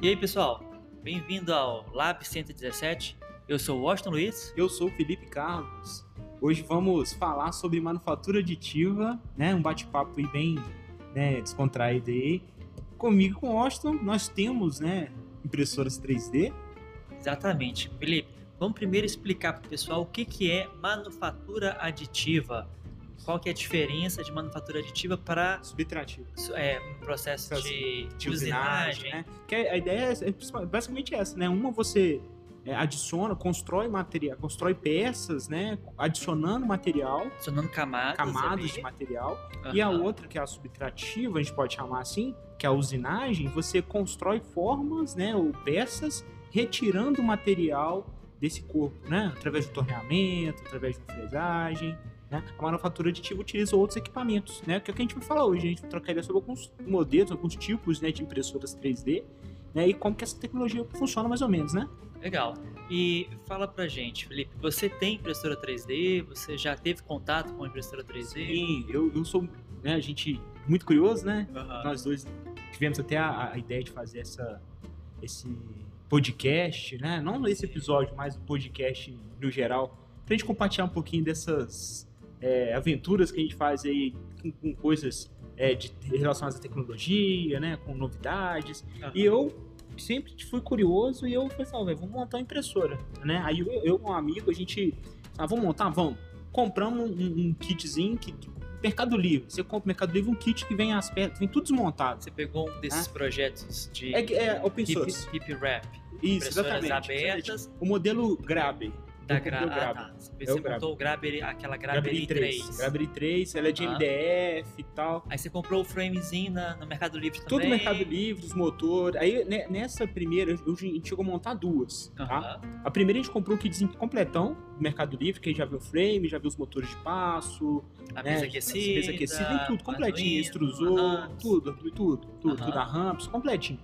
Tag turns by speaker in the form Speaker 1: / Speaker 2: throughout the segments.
Speaker 1: E aí, pessoal? Bem-vindo ao Lab 117. Eu sou o Washington Luiz.
Speaker 2: Eu sou o Felipe Carlos. Hoje vamos falar sobre manufatura aditiva, né? Um bate-papo aí bem né, descontraído aí. Comigo, com o Washington, nós temos, né, impressoras 3D.
Speaker 1: Exatamente. Felipe, vamos primeiro explicar para o pessoal o que, que é manufatura aditiva. Qual que é a diferença de manufatura aditiva para
Speaker 2: Subtrativa.
Speaker 1: é, um processo
Speaker 2: Processo
Speaker 1: de, de
Speaker 2: de usinagem,
Speaker 1: usinagem?
Speaker 2: né? Que a ideia é, é basicamente essa, né? Uma você é, adiciona, constrói material, constrói peças, né? Adicionando material,
Speaker 1: Adicionando camadas.
Speaker 2: camadas
Speaker 1: ali.
Speaker 2: de material. E a
Speaker 1: Aham.
Speaker 2: outra, que é a subtrativa, a gente pode chamar assim, que é a usinagem, você constrói formas, né, ou peças, retirando o material desse corpo, né, através de torneamento, através de uma fresagem, né. A manufatura aditiva utiliza outros equipamentos, né, que é o que a gente vai falar hoje, a gente vai trocar ideia sobre alguns modelos, alguns tipos, né, de impressoras 3D, né, e como que essa tecnologia funciona mais ou menos, né.
Speaker 1: Legal. E fala pra gente, Felipe, você tem impressora 3D? Você já teve contato com impressora 3D?
Speaker 2: Sim, eu, eu sou, né, a gente muito curioso, né,
Speaker 1: Aham.
Speaker 2: Nós dois tivemos até a, a ideia de fazer essa, esse podcast, né? Não esse episódio, mas o podcast no geral, pra gente compartilhar um pouquinho dessas é, aventuras que a gente faz aí com, com coisas é, de, relacionadas à tecnologia, né? Com novidades.
Speaker 1: Aham.
Speaker 2: E eu sempre fui curioso e eu falei assim, "Ah, velho, vamos montar uma impressora, né? Aí eu, eu com um amigo, a gente, ah, vamos montar? Vamos. Compramos um, um kitzinho que... Mercado Livre. Você compra no Mercado Livre um kit que vem as peças, vem tudo desmontado.
Speaker 1: Você pegou um desses projetos de
Speaker 2: É, que- é open
Speaker 1: hip,
Speaker 2: source.
Speaker 1: hip rap,
Speaker 2: Isso,
Speaker 1: impressoras
Speaker 2: exatamente.
Speaker 1: abertas
Speaker 2: O modelo Grabe.
Speaker 1: da
Speaker 2: Eu comprei
Speaker 1: Gra...
Speaker 2: o
Speaker 1: Ah,
Speaker 2: Grabe.
Speaker 1: tá. Você
Speaker 2: É o
Speaker 1: montou o Graber, aquela Graber 3.
Speaker 2: Grabe 3, ela é de
Speaker 1: Aham.
Speaker 2: MDF e tal.
Speaker 1: Aí você comprou o framezinho na- no Mercado Livre também.
Speaker 2: Todo Mercado Livre, os motores. Aí né, nessa primeira, eu- a gente chegou a montar duas. Tá?
Speaker 1: Aham.
Speaker 2: A primeira a gente comprou o kitzinho completão do Mercado Livre, que aí já viu o frame, já viu os motores de passo,
Speaker 1: A
Speaker 2: né,
Speaker 1: mesa aquecida.
Speaker 2: mesa aquecida, vem tudo completinho,
Speaker 1: arduino,
Speaker 2: extrusor,
Speaker 1: aham.
Speaker 2: tudo, tudo, tudo, tudo,
Speaker 1: Aham.
Speaker 2: tudo, a ramps, completinho.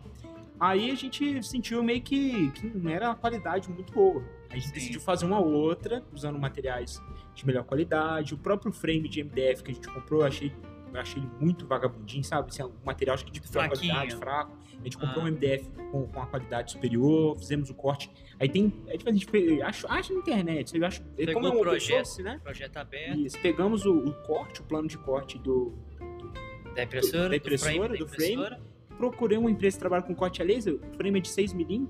Speaker 2: Aí a gente sentiu meio que, que não era uma qualidade muito boa. A gente
Speaker 1: Sim.
Speaker 2: decidiu fazer uma outra, usando materiais de melhor qualidade. O próprio frame de MDF que a gente comprou, eu achei, eu achei ele muito vagabundinho, sabe? Assim, um material acho que de pior
Speaker 1: Fraquinho.
Speaker 2: qualidade, fraco. A gente comprou
Speaker 1: Ah.
Speaker 2: um MDF com, com uma qualidade superior, fizemos o corte. Aí tem. Aí, tipo, a gente pe- acho, acha na internet, eu acho.
Speaker 1: Pegou
Speaker 2: como é
Speaker 1: o
Speaker 2: um open
Speaker 1: projeto.
Speaker 2: source, né?
Speaker 1: Projeto aberto,
Speaker 2: Isso, pegamos o, o corte, o plano de corte do.
Speaker 1: da impressora,
Speaker 2: da
Speaker 1: do frame.
Speaker 2: impressora,
Speaker 1: da
Speaker 2: do frame.
Speaker 1: impressora.
Speaker 2: Procurei uma empresa que trabalha com corte a laser, o frame é de 6mm,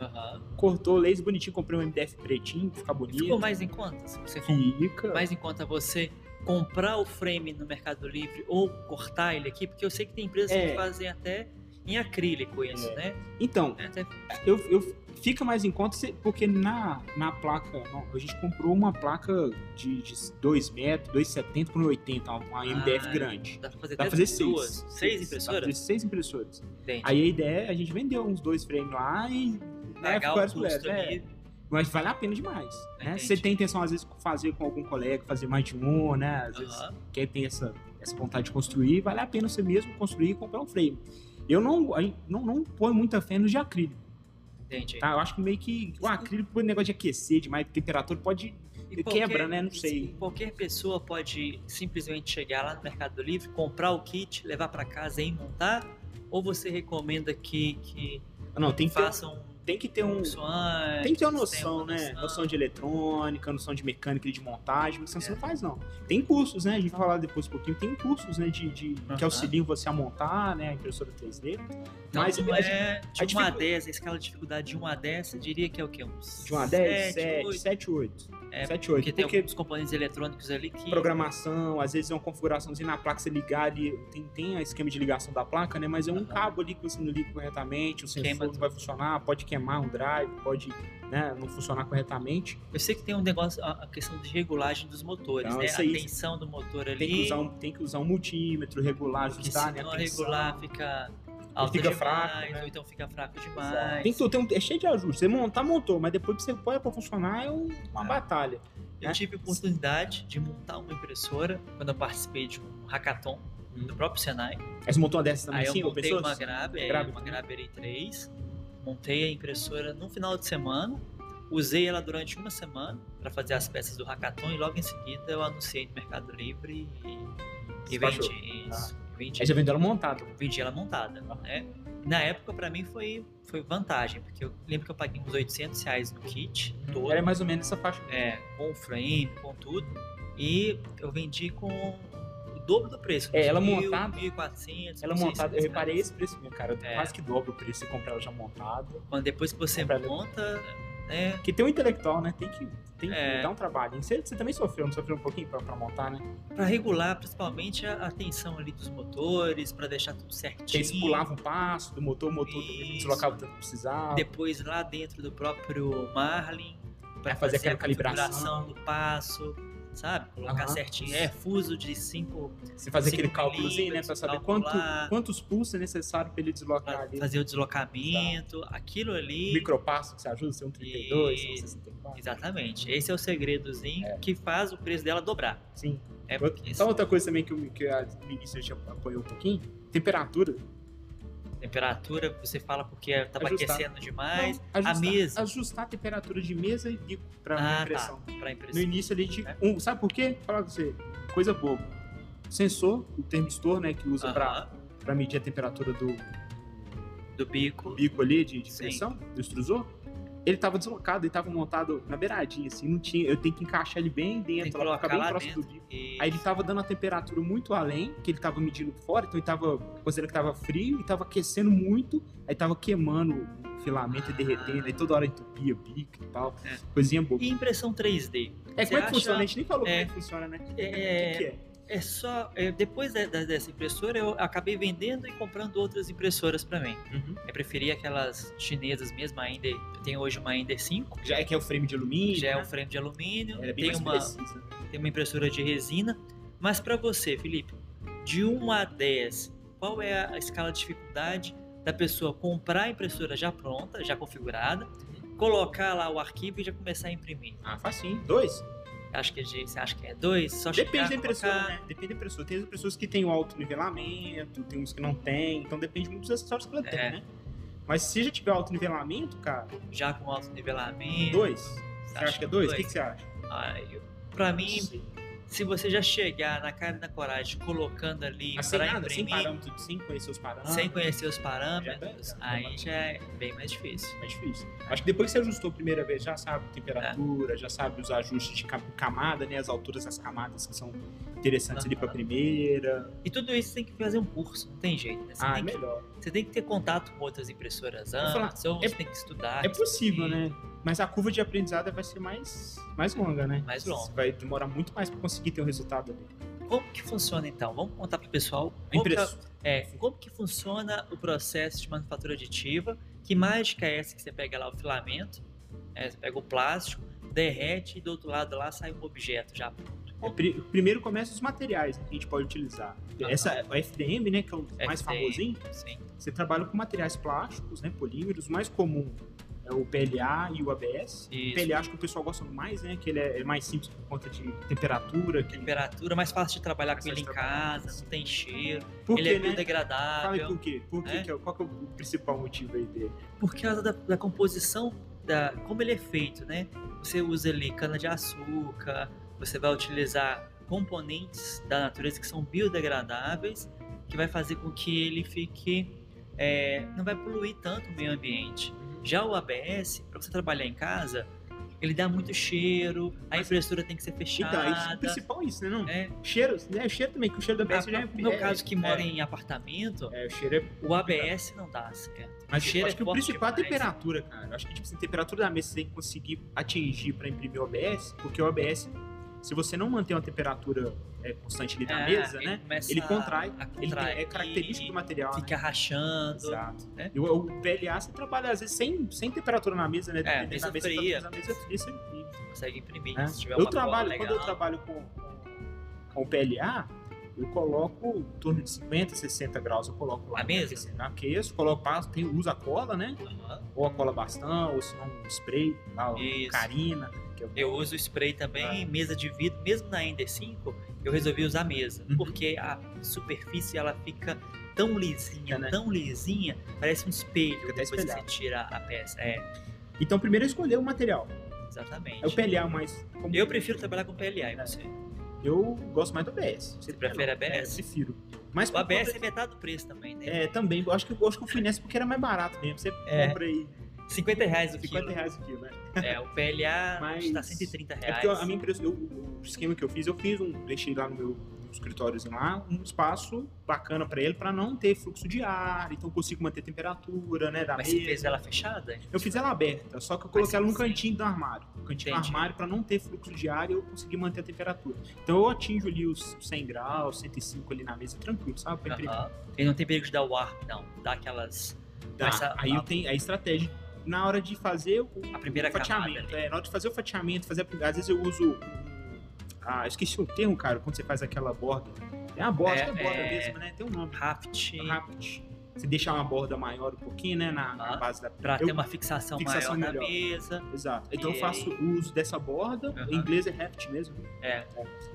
Speaker 1: Aham.
Speaker 2: cortou o laser bonitinho, comprei um MDF pretinho, fica bonito.
Speaker 1: Ficou mais em conta? Se você for
Speaker 2: Fica.
Speaker 1: mais em conta você comprar o frame no Mercado Livre ou cortar ele aqui, porque eu sei que tem empresas
Speaker 2: É.
Speaker 1: que fazem até em acrílico isso,
Speaker 2: É.
Speaker 1: né?
Speaker 2: Então,
Speaker 1: Até
Speaker 2: eu, eu fica mais em conta se- porque na, na placa, não, a gente comprou uma placa de, de 2 metros, 2,70 por 80, uma, uma MDF
Speaker 1: Ah,
Speaker 2: grande.
Speaker 1: dá pra fazer
Speaker 2: Dá
Speaker 1: até
Speaker 2: pra fazer
Speaker 1: duas,
Speaker 2: seis.
Speaker 1: seis
Speaker 2: Dá pra
Speaker 1: impressoras?
Speaker 2: fazer seis impressoras.
Speaker 1: Entendi.
Speaker 2: Aí a ideia é a gente vendeu uns dois frames lá e. Né,
Speaker 1: Pagar
Speaker 2: ficou
Speaker 1: o
Speaker 2: essa mulher,
Speaker 1: custo
Speaker 2: né?
Speaker 1: ali.
Speaker 2: Mas vale a pena demais. Né?
Speaker 1: Entendi.
Speaker 2: Você tem intenção, às vezes, de fazer com algum colega, fazer mais de um, né? Às vezes
Speaker 1: Aham.
Speaker 2: quem tem essa, essa vontade de construir, vale a pena você mesmo construir e comprar um frame. Eu não, aí, não, não ponho muita fé no de acrílico,
Speaker 1: Entendi.
Speaker 2: tá? Eu acho que meio que o acrílico, por negócio de aquecer demais, temperatura, pode.
Speaker 1: E
Speaker 2: quebra, né? Não sei.
Speaker 1: Qualquer pessoa pode simplesmente chegar lá no Mercado Livre, comprar o kit, levar pra casa e montar? Ou você recomenda que, que
Speaker 2: Ah, Não, tem que, ter,
Speaker 1: façam
Speaker 2: tem que ter um.
Speaker 1: um suan?
Speaker 2: Tem que ter uma
Speaker 1: antes, tem
Speaker 2: noção,
Speaker 1: uma
Speaker 2: né?
Speaker 1: noção.
Speaker 2: Noção de eletrônica, noção de mecânica e de montagem, mas senão você
Speaker 1: É.
Speaker 2: não faz, não. Tem cursos, né? A gente vai falar depois um pouquinho. Tem cursos, né? De, de-
Speaker 1: Aham.
Speaker 2: que auxiliam você a montar, né? A impressora 3D.
Speaker 1: Então,
Speaker 2: mas
Speaker 1: não
Speaker 2: a gente-
Speaker 1: é de
Speaker 2: a
Speaker 1: 1 a
Speaker 2: dificu-
Speaker 1: 10, a escala de dificuldade de 1 a 10, você diria que é o quê? Uns
Speaker 2: De 1 a
Speaker 1: 7,
Speaker 2: 10, 7,
Speaker 1: 8?
Speaker 2: 7, 8.
Speaker 1: É,
Speaker 2: 7, 8.
Speaker 1: Porque tem alguns componentes eletrônicos ali que...
Speaker 2: programação, às vezes é uma configuraçãozinha na placa, você ligar ali, tem, tem a esquema de ligação da placa, né? Mas é um
Speaker 1: Aham.
Speaker 2: cabo ali que você não liga corretamente, o sensor
Speaker 1: Queima
Speaker 2: não vai funcionar, pode queimar um drive, pode né, não funcionar corretamente.
Speaker 1: Eu sei que tem um negócio, a a questão de regulagem dos motores,
Speaker 2: Não,
Speaker 1: né?
Speaker 2: isso
Speaker 1: a
Speaker 2: aí-
Speaker 1: tensão do motor ali,
Speaker 2: Tem que, usar um, tem que usar um multímetro, regular,
Speaker 1: porque
Speaker 2: ajustar, né?
Speaker 1: se não
Speaker 2: a tensão.
Speaker 1: regular fica alta
Speaker 2: Fica
Speaker 1: demais,
Speaker 2: fraco, né?
Speaker 1: ou então fica fraco demais.
Speaker 2: Exato. Tem tudo, tem um, é cheio de ajustes. Você montar, montou, mas depois que você põe pra funcionar é um- uma
Speaker 1: É.
Speaker 2: batalha.
Speaker 1: Eu
Speaker 2: né?
Speaker 1: tive a oportunidade de montar uma impressora quando eu participei de um hackathon
Speaker 2: Hum.
Speaker 1: do próprio Senai.
Speaker 2: Aí você montou uma dessas também,
Speaker 1: Aí eu
Speaker 2: sim,
Speaker 1: montei
Speaker 2: pessoas?
Speaker 1: uma Graber, é,
Speaker 2: Graber
Speaker 1: uma
Speaker 2: também.
Speaker 1: Graber E3, montei a impressora num final de semana, usei ela durante uma semana para fazer as peças do hackathon e logo em seguida eu anunciei no Mercado Livre e, e
Speaker 2: Despachou. Ah.
Speaker 1: vendi isso. Vendi,
Speaker 2: Aí já vendeu ela montada.
Speaker 1: vendi ela montada, né? Na época, pra mim, foi, foi vantagem, porque eu lembro que eu paguei uns 800 reais no kit todo,
Speaker 2: Era mais ou menos essa faixa.
Speaker 1: é, com o frame, com tudo, e eu vendi com o dobro do preço.
Speaker 2: É, ela
Speaker 1: 1.000,
Speaker 2: montada-
Speaker 1: 1.400,
Speaker 2: Ela
Speaker 1: 1.600
Speaker 2: montada, eu
Speaker 1: reais.
Speaker 2: reparei esse preço mesmo, cara.
Speaker 1: É.
Speaker 2: Quase que dobra o preço se comprar ela já montada.
Speaker 1: Quando depois que você
Speaker 2: Comprado.
Speaker 1: monta, né,
Speaker 2: Porque tem um intelectual, né? Tem que, tem que
Speaker 1: É.
Speaker 2: dar um trabalho. Você, você também sofreu, não sofreu um pouquinho pra, pra montar, né?
Speaker 1: Pra regular principalmente a, a tensão ali dos motores, pra deixar tudo
Speaker 2: Porque
Speaker 1: certinho.
Speaker 2: eles pulavam um passo do motor, o motor
Speaker 1: Isso.
Speaker 2: deslocava o tanto que precisava.
Speaker 1: Depois lá dentro do próprio Marlin, pra
Speaker 2: Pra fazer aquela
Speaker 1: a configuração
Speaker 2: calibração.
Speaker 1: do passo, sabe? Colocar
Speaker 2: Aham.
Speaker 1: certinho. É, fuso de 5
Speaker 2: Você fazia aquele cálculozinho, né? Pra saber quanto,
Speaker 1: calcular,
Speaker 2: quantos pulsos é necessário pra ele deslocar ali.
Speaker 1: fazer o deslocamento, aquilo ali.
Speaker 2: Micropasso que você ajuda, ser um 32, ser um
Speaker 1: E-
Speaker 2: 64.
Speaker 1: Exatamente. Esse é o segredozinho
Speaker 2: É.
Speaker 1: que faz o preço dela dobrar.
Speaker 2: Sim.
Speaker 1: É
Speaker 2: Outra-
Speaker 1: porque
Speaker 2: Só outra coisa também que, eu, que a, no início a gente apoiou um pouquinho, temperatura.
Speaker 1: temperatura, você fala porque tava
Speaker 2: É Ajustar.
Speaker 1: aquecendo demais
Speaker 2: Não, ajustar,
Speaker 1: mesa.
Speaker 2: Ajustar a temperatura de mesa e bico pra
Speaker 1: Ah,
Speaker 2: minha
Speaker 1: tá.
Speaker 2: impressão.
Speaker 1: pra
Speaker 2: No
Speaker 1: impressão.
Speaker 2: início a gente.
Speaker 1: É.
Speaker 2: Um, sabe por quê? Falar pra você, coisa boba. Sensor, o termistor, né, que usa pra,
Speaker 1: Aham.
Speaker 2: pra medir a temperatura do
Speaker 1: Do bico.
Speaker 2: bico ali de, de
Speaker 1: Sim.
Speaker 2: pressão, do extrusor, ele tava deslocado, ele tava montado na beiradinha, assim, não tinha. Eu tenho que encaixar ele bem
Speaker 1: Tem que
Speaker 2: dentro, lá,
Speaker 1: colocar
Speaker 2: ficar bem
Speaker 1: lá
Speaker 2: próximo
Speaker 1: dentro.
Speaker 2: do bico.
Speaker 1: E...
Speaker 2: Aí ele tava dando a temperatura muito além, que ele tava medindo fora, então ele tava considerando que tava frio e tava aquecendo muito, aí tava queimando o filamento e derretendo, aí toda hora entupia bico e tal,
Speaker 1: É.
Speaker 2: coisinha boba.
Speaker 1: E impressão 3D?
Speaker 2: É,
Speaker 1: Você
Speaker 2: como é que
Speaker 1: acha-
Speaker 2: funciona? A gente nem falou como
Speaker 1: É.
Speaker 2: é que funciona, né? O que
Speaker 1: É,
Speaker 2: que é?
Speaker 1: é só. é, depois de- de- dessa impressora, eu acabei vendendo e comprando outras impressoras pra mim. Eu preferi aquelas chinesas mesmo, a Ender. Eu tenho hoje uma Ender 5,
Speaker 2: Já é que é o frame de alumínio,
Speaker 1: já é
Speaker 2: né?
Speaker 1: um frame de alumínio,
Speaker 2: Ela é bem
Speaker 1: tem,
Speaker 2: mais
Speaker 1: uma,
Speaker 2: precisa.
Speaker 1: tem uma impressora de resina. Mas pra você, Felipe, de 1 a 10, qual é a escala de dificuldade da pessoa comprar a impressora já pronta, já configurada, colocar lá o arquivo e já começar a imprimir?
Speaker 2: Ah, facinho. Dois.
Speaker 1: Acho que é de- você acha que é 2? Só
Speaker 2: Depende
Speaker 1: chegar,
Speaker 2: da impressora,
Speaker 1: colocar...
Speaker 2: né? Depende da impressora. Tem as pessoas que têm o alto nivelamento, tem uns que não tem, então depende muito dos acessórios que ela
Speaker 1: É.
Speaker 2: tem, né? Mas se já tiver alto nivelamento, cara,
Speaker 1: já com alto nivelamento.
Speaker 2: né? dois.
Speaker 1: Você
Speaker 2: Você acha que é dois? O que,
Speaker 1: dois?
Speaker 2: que você acha?
Speaker 1: Ah, eu- pra mim, se você já chegar na cara e na coragem, colocando ali
Speaker 2: Assim,
Speaker 1: pra
Speaker 2: nada, sem
Speaker 1: imprimir,
Speaker 2: parâmetro, sem conhecer os parâmetros.
Speaker 1: sem conhecer os
Speaker 2: Já
Speaker 1: parâmetros,
Speaker 2: tá, já
Speaker 1: aí
Speaker 2: tá.
Speaker 1: já é bem mais difícil.
Speaker 2: É difícil. Acho que depois que você ajustou a primeira vez, já sabe a temperatura,
Speaker 1: É.
Speaker 2: já sabe os ajustes de ca- camada, né? As alturas das camadas que são interessantes ali pra
Speaker 1: Aham.
Speaker 2: primeira.
Speaker 1: E tudo isso tem que fazer um curso, não tem jeito. Né? Você,
Speaker 2: Ah, é
Speaker 1: tem que,
Speaker 2: melhor.
Speaker 1: você tem que ter contato com outras impressoras
Speaker 2: vou falar,
Speaker 1: antes, ou
Speaker 2: é-
Speaker 1: você tem que estudar.
Speaker 2: É possível,
Speaker 1: e-
Speaker 2: né? Mas a curva de aprendizado vai ser mais, mais longa, né?
Speaker 1: Mais longa.
Speaker 2: Vai demorar muito mais pra conseguir ter o resultado ali.
Speaker 1: Como que funciona então? Vamos contar pro pessoal como
Speaker 2: A
Speaker 1: que,
Speaker 2: impressora.
Speaker 1: é, como que funciona o processo de manufatura aditiva, que mágica é essa que você pega lá o filamento, é, você pega o plástico, derrete e do outro lado lá sai um objeto já
Speaker 2: É, pri- primeiro começa os materiais né, que a gente pode utilizar.
Speaker 1: Aham.
Speaker 2: Essa o FDM, né, que é o mais
Speaker 1: FDM.
Speaker 2: famosinho,
Speaker 1: Sim.
Speaker 2: você trabalha com materiais plásticos, né, polímeros, o mais comum é o PLA e o ABS.
Speaker 1: Isso.
Speaker 2: O PLA acho que o pessoal gosta mais, né, que ele é, é mais simples por conta de temperatura, que
Speaker 1: Temperatura, mais fácil de trabalhar
Speaker 2: Mais
Speaker 1: com ele em
Speaker 2: fácil de trabalhar,
Speaker 1: casa,
Speaker 2: sim.
Speaker 1: não tem cheiro,
Speaker 2: por
Speaker 1: ele é
Speaker 2: quê, né? Fala aí
Speaker 1: biodegradável.
Speaker 2: por quê? Por quê
Speaker 1: né?
Speaker 2: que é- qual que é o principal motivo aí dele?
Speaker 1: Por causa da, da composição, da, como ele é feito, né? Você usa ali cana-de-açúcar, você vai utilizar componentes da natureza que são biodegradáveis, que vai fazer com que ele fique. é, não vai poluir tanto o meio ambiente. Já o ABS, para você trabalhar em casa, ele dá muito cheiro, a
Speaker 2: Mas-
Speaker 1: impressora tem que ser
Speaker 2: Então, isso-
Speaker 1: fechada.
Speaker 2: o principal é isso, né, não?
Speaker 1: né?
Speaker 2: Cheiros, né? O cheiro também, que o cheiro do ABS já é,
Speaker 1: no
Speaker 2: é-
Speaker 1: caso que mora
Speaker 2: é,
Speaker 1: em apartamento,
Speaker 2: é, o cheiro é
Speaker 1: o ABS não dá certo.
Speaker 2: Mas
Speaker 1: o cheiro é
Speaker 2: acho que o
Speaker 1: forte
Speaker 2: principal é a
Speaker 1: demais.
Speaker 2: temperatura, cara. Eu Acho que tipo, assim, a temperatura da mesa você tem que conseguir atingir para imprimir o OBS, porque o OBS, se você não manter uma temperatura é, constante ali na
Speaker 1: É,
Speaker 2: mesa, né?
Speaker 1: começa
Speaker 2: Ele
Speaker 1: a
Speaker 2: contrai, Ele tem-
Speaker 1: contrair,
Speaker 2: é característico do material. né?
Speaker 1: Fica rachando.
Speaker 2: Exato.
Speaker 1: né?
Speaker 2: E o, o PLA você trabalha às vezes sem, sem temperatura na mesa, né? Dependendo
Speaker 1: mesa
Speaker 2: da mesa,
Speaker 1: fria.
Speaker 2: Tá, a mesa fria você imprime.
Speaker 1: Consegue imprimir.
Speaker 2: né?
Speaker 1: Se tiver
Speaker 2: Eu
Speaker 1: uma
Speaker 2: trabalho,
Speaker 1: cola
Speaker 2: quando eu
Speaker 1: legal.
Speaker 2: trabalho com, com o PLA, eu coloco em torno de 50, 60 graus, eu coloco lá né,
Speaker 1: Na mesa?
Speaker 2: aquecendo, aqueço, coloco, passo, tem, uso a cola, né?
Speaker 1: Aham.
Speaker 2: ou a cola bastão, ou se não, um spray, lá, o
Speaker 1: Isso.
Speaker 2: carina. Que é o-
Speaker 1: Eu uso spray
Speaker 2: Ah.
Speaker 1: também, mesa de vidro. Mesmo na Ender 5, eu resolvi usar a mesa.
Speaker 2: Uhum.
Speaker 1: Porque a superfície ela fica tão lisinha,
Speaker 2: Fica, né?
Speaker 1: tão lisinha, parece um espelho
Speaker 2: Fica até
Speaker 1: depois que você
Speaker 2: espelhado.
Speaker 1: tira a peça. É,
Speaker 2: Então, primeiro eu escolher o material.
Speaker 1: exatamente.
Speaker 2: É o É. PLA, mas. como-
Speaker 1: Eu prefiro trabalhar com PLA, e você?
Speaker 2: Eu gosto mais do ABS.
Speaker 1: Você prefere ABS?
Speaker 2: É, eu prefiro. Mas
Speaker 1: O
Speaker 2: por
Speaker 1: ABS
Speaker 2: conta-
Speaker 1: é metade do preço também, né?
Speaker 2: É, também. Eu acho que, eu acho que eu fui nessa porque era mais barato mesmo. Você
Speaker 1: É.
Speaker 2: compra aí
Speaker 1: 50 reais o
Speaker 2: 50
Speaker 1: quilo.
Speaker 2: reais o quilo, né?
Speaker 1: É, o PLA
Speaker 2: Mas-
Speaker 1: está 130
Speaker 2: É
Speaker 1: reais.
Speaker 2: porque a minha empresa, eu- o esquema que eu fiz, eu fiz um, deixei lá no meu no escritóriozinho lá, um espaço bacana pra ele, pra não ter fluxo de ar, então eu consigo manter a temperatura, né, da
Speaker 1: Mas você
Speaker 2: mesa.
Speaker 1: fez ela fechada?
Speaker 2: Eu fiz ela aberta, só que eu coloquei ela num cantinho do armário. Um cantinho do
Speaker 1: Entendi.
Speaker 2: armário pra não ter fluxo de ar e eu consegui manter a temperatura. Então eu atinjo ali os 100 graus, 105 ali na mesa, tranquilo, sabe? Pra imprimir.
Speaker 1: Aham. E não tem perigo de dar warp, não. Dá aquelas.
Speaker 2: Dá.
Speaker 1: Mas a-
Speaker 2: aí eu tenho a estratégia. Na hora de fazer o,
Speaker 1: A primeira
Speaker 2: o fatiamento.
Speaker 1: camada
Speaker 2: É, na hora de fazer o fatiamento, fazer a- às vezes eu uso. um- Ah, eu esqueci o termo, cara, quando você faz aquela borda. É a borda,
Speaker 1: É,
Speaker 2: é, é borda
Speaker 1: é.
Speaker 2: mesmo, né? Tem um nome.
Speaker 1: Raft
Speaker 2: Rapt. Você deixar uma borda maior um pouquinho, né? Na, na
Speaker 1: Ah.
Speaker 2: base da.
Speaker 1: para
Speaker 2: Eu-
Speaker 1: ter uma fixação,
Speaker 2: fixação
Speaker 1: maior
Speaker 2: melhor.
Speaker 1: na mesa.
Speaker 2: Exato. Então
Speaker 1: E
Speaker 2: eu faço uso dessa borda.
Speaker 1: Aham.
Speaker 2: Em inglês é rapt mesmo.
Speaker 1: É,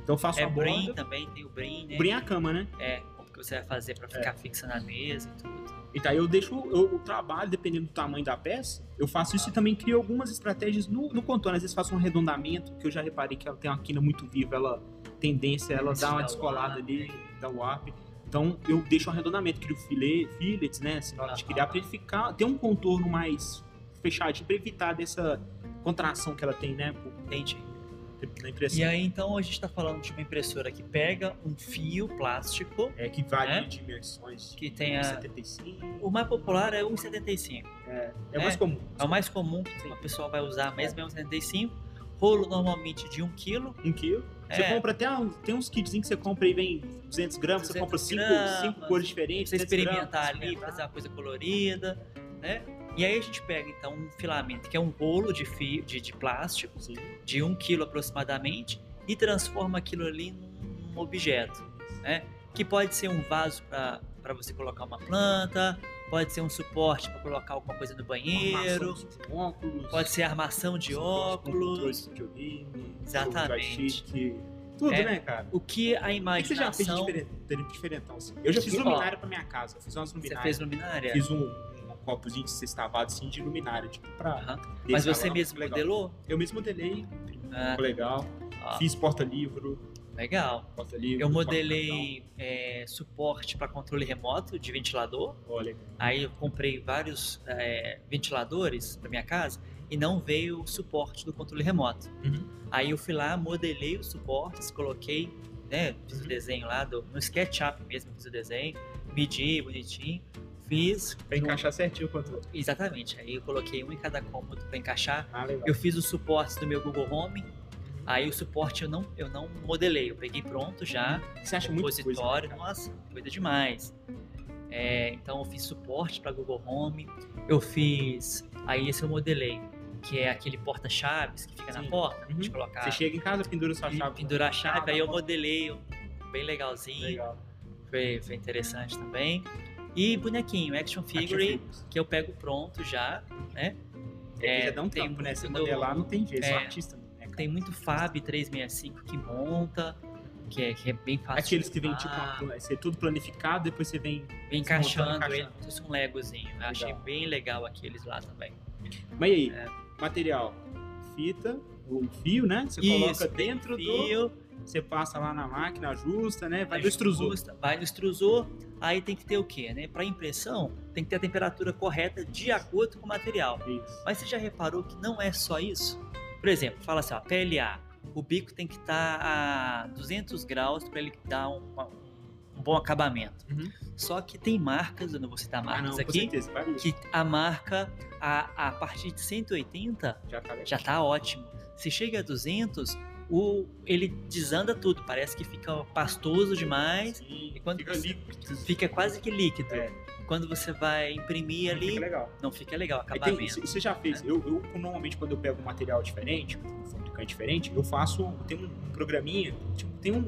Speaker 2: Então eu faço
Speaker 1: é
Speaker 2: a
Speaker 1: brim
Speaker 2: borda.
Speaker 1: também, tem o brim, né?
Speaker 2: Brim a cama, né?
Speaker 1: É, como que você vai fazer para ficar fixa na mesa e tudo.
Speaker 2: E daí Então, eu deixo eu, eu trabalho, dependendo do tamanho da peça, eu faço isso e também crio algumas estratégias no, no contorno. Às vezes faço um arredondamento, que eu já reparei que ela tem uma quina muito viva, ela tendência, ela
Speaker 1: Isso
Speaker 2: dá uma
Speaker 1: dá o
Speaker 2: descolada
Speaker 1: ar,
Speaker 2: ali, dá o warp. Então eu deixo um arredondamento, crio filê, fillets, né? Assim, na hora de
Speaker 1: Ah,
Speaker 2: criar,
Speaker 1: ah,
Speaker 2: pra ele ficar, ter um contorno mais fechadinho, pra evitar dessa contração que ela tem, né? por-
Speaker 1: Entendi.
Speaker 2: Na
Speaker 1: E
Speaker 2: impressão.
Speaker 1: aí, então, a gente está falando de uma impressora que pega um fio plástico,
Speaker 2: É que varia
Speaker 1: É.
Speaker 2: de dimensões.
Speaker 1: que tem a...
Speaker 2: 75.
Speaker 1: O mais popular é 1,75.
Speaker 2: É, é
Speaker 1: É.
Speaker 2: mais comum.
Speaker 1: É o mais comum que o pessoal vai usar mesmo, é 1,75. Rolo, normalmente, de 1 kg.
Speaker 2: Um quilo. Você
Speaker 1: É.
Speaker 2: compra até um- tem uns kitzinhos que você compra e vem 200 gramas, você
Speaker 1: 200
Speaker 2: compra 5
Speaker 1: gramas,
Speaker 2: cores diferentes.
Speaker 1: Você
Speaker 2: 200 gramas,
Speaker 1: experimentar ali,
Speaker 2: experimentar.
Speaker 1: fazer uma coisa colorida, né? E aí a gente pega, então, um filamento, que é um rolo de, fio, de, de plástico,
Speaker 2: Sim.
Speaker 1: de 1 kg aproximadamente, e transforma aquilo ali num objeto, né? Que pode ser um vaso para você colocar uma planta, pode ser um suporte para colocar alguma coisa no banheiro,
Speaker 2: Armação de óculos,
Speaker 1: um pode ser armação de
Speaker 2: controle
Speaker 1: óculos.
Speaker 2: um de videogame,
Speaker 1: Exatamente.
Speaker 2: joystick, Tudo,
Speaker 1: É.
Speaker 2: né, cara?
Speaker 1: O que a
Speaker 2: O que que você já fez de
Speaker 1: imaginação...
Speaker 2: diferente- de diferentão? Assim? Eu já fiz
Speaker 1: Ó.
Speaker 2: luminária pra minha casa. Eu fiz umas
Speaker 1: Você
Speaker 2: luminárias.
Speaker 1: fez luminária?
Speaker 2: Fiz um, um copozinho de cestavado assim, de luminária, tipo, pra.
Speaker 1: Aham. Mas
Speaker 2: desenhar
Speaker 1: você
Speaker 2: lá,
Speaker 1: mesmo
Speaker 2: legal.
Speaker 1: modelou?
Speaker 2: Eu mesmo modelei,
Speaker 1: Ah,
Speaker 2: ficou legal.
Speaker 1: ó,
Speaker 2: Fiz porta-livro,
Speaker 1: legal.
Speaker 2: porta-livro.
Speaker 1: Eu modelei é, suporte para controle remoto de ventilador.
Speaker 2: porta-cartão. Olha,
Speaker 1: Aí eu comprei vários é, ventiladores para minha casa e não veio o suporte do controle remoto.
Speaker 2: Uhum.
Speaker 1: Aí eu fui lá, modelei os suportes, coloquei, né, fiz o desenho lá do, no SketchUp mesmo, fiz o desenho, medi bonitinho, fiz.
Speaker 2: pra encaixar certinho o controle.
Speaker 1: Exatamente. Aí eu coloquei um em cada cômodo para encaixar.
Speaker 2: Ah, legal.
Speaker 1: Eu fiz os suportes do meu Google Home. Aí o suporte eu não, eu não modelei, eu peguei pronto já
Speaker 2: Você acha muito coisa, né,
Speaker 1: repositório,
Speaker 2: cara?
Speaker 1: nossa, coisa demais. É, então eu fiz suporte para Google Home, eu fiz. Aí esse eu modelei, que é aquele porta-chaves que fica
Speaker 2: Sim.
Speaker 1: na porta, pra gente
Speaker 2: Uhum.
Speaker 1: colocar.
Speaker 2: Você chega em casa, pendura sua
Speaker 1: e
Speaker 2: chave.
Speaker 1: pendurar a
Speaker 2: Ah,
Speaker 1: chave,
Speaker 2: tá
Speaker 1: aí eu
Speaker 2: bom.
Speaker 1: modelei um bem legalzinho,
Speaker 2: Legal.
Speaker 1: foi, foi interessante também. E bonequinho, action figure, que eu pego pronto já, né?
Speaker 2: É,
Speaker 1: É,
Speaker 2: já dá um
Speaker 1: tem
Speaker 2: tempo, né? Você
Speaker 1: muito-
Speaker 2: modelar não tem jeito, é. sou
Speaker 1: é.
Speaker 2: artista. Né, cara?
Speaker 1: Tem muito Fab 365 que monta, que é, que é bem fácil.
Speaker 2: Aqueles que
Speaker 1: de
Speaker 2: vem, tipo,
Speaker 1: montar.
Speaker 2: uma, pla- você tudo planificado, depois você vem...
Speaker 1: Vem encaixando
Speaker 2: Desmontando,
Speaker 1: ele
Speaker 2: encaixando.
Speaker 1: como se fosse um legozinho. Eu achei bem legal aqueles lá também.
Speaker 2: Mas e aí?
Speaker 1: É.
Speaker 2: Material. Fita, o fio, né? Você coloca dentro do...
Speaker 1: fio,
Speaker 2: Você passa lá na máquina, ajusta, né? Vai do
Speaker 1: ajusta,
Speaker 2: extrusor.
Speaker 1: Vai no extrusor, aí tem que ter o quê, né? Para impressão, tem que ter a temperatura correta de acordo com o material.
Speaker 2: Isso.
Speaker 1: Mas você já reparou que não é só isso? Por exemplo, fala assim, ó, PLA, o bico tem que estar a 200 graus para ele dar uma- um bom acabamento.
Speaker 2: Uhum.
Speaker 1: Só que tem marcas, eu não vou citar
Speaker 2: Ah,
Speaker 1: marcas
Speaker 2: não, com
Speaker 1: aqui,
Speaker 2: certeza. Varia.
Speaker 1: que a marca, a, a partir de 180,
Speaker 2: Já tá legal.
Speaker 1: já tá ótimo. Se chega a 200, o, ele desanda tudo, parece que fica pastoso demais,
Speaker 2: Sim,
Speaker 1: E quando
Speaker 2: fica
Speaker 1: você-
Speaker 2: líquido.
Speaker 1: fica quase que líquido.
Speaker 2: É.
Speaker 1: Quando você vai imprimir ali,
Speaker 2: Fica legal.
Speaker 1: não fica legal,
Speaker 2: É, tem-
Speaker 1: acabamento. né?
Speaker 2: Você já fez? Eu, eu, normalmente quando eu pego um material diferente, um fabricante diferente, eu faço tem um programinha, tipo, tem um,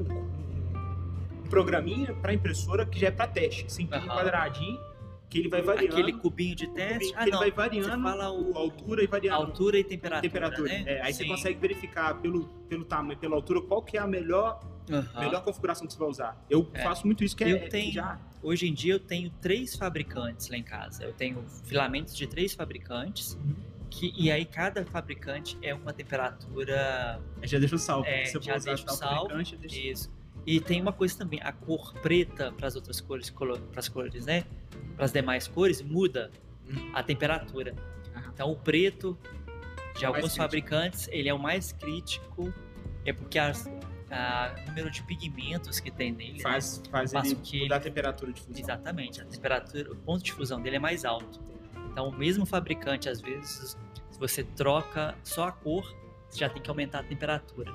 Speaker 2: um programinha para impressora que já é para teste, assim, tem um
Speaker 1: Aham.
Speaker 2: quadradinho que ele vai variando, né?
Speaker 1: Aquele cubinho de teste,
Speaker 2: que
Speaker 1: ah
Speaker 2: ele
Speaker 1: não,
Speaker 2: vai
Speaker 1: você
Speaker 2: variando
Speaker 1: fala
Speaker 2: a
Speaker 1: o,
Speaker 2: altura e variando
Speaker 1: altura e
Speaker 2: a
Speaker 1: temperatura,
Speaker 2: temperatura.
Speaker 1: né?
Speaker 2: É, aí você
Speaker 1: Sim.
Speaker 2: consegue verificar pelo pelo tamanho, pela altura, qual que é a melhor
Speaker 1: Aham.
Speaker 2: melhor configuração que você vai usar. Eu
Speaker 1: É.
Speaker 2: faço muito isso que é-
Speaker 1: Eu
Speaker 2: é
Speaker 1: tenho-
Speaker 2: já
Speaker 1: Hoje em dia eu tenho três fabricantes lá em casa. Eu tenho filamentos de três fabricantes,
Speaker 2: Uhum.
Speaker 1: que, e aí cada fabricante é uma temperatura
Speaker 2: já deixa o salvo,
Speaker 1: É,
Speaker 2: se eu
Speaker 1: já
Speaker 2: for usar
Speaker 1: deixa o
Speaker 2: tal
Speaker 1: salvo,
Speaker 2: fabricante, eu deixo-
Speaker 1: Isso. E tem uma coisa também, a cor preta para as outras cores, para as cores, né? Para as demais cores muda
Speaker 2: Hum.
Speaker 1: a temperatura.
Speaker 2: Aham.
Speaker 1: Então o preto de
Speaker 2: É o mais
Speaker 1: alguns
Speaker 2: crítico.
Speaker 1: fabricantes ele é o mais crítico, é porque as- a- o número de pigmentos que tem nele né?
Speaker 2: Faz, faz
Speaker 1: Faz
Speaker 2: ele
Speaker 1: com que
Speaker 2: mudar a temperatura de fusão.
Speaker 1: Exatamente, a temperatura, o ponto de fusão dele é mais alto. Então, o mesmo fabricante, às vezes, se você troca só a cor, você já tem que aumentar a temperatura.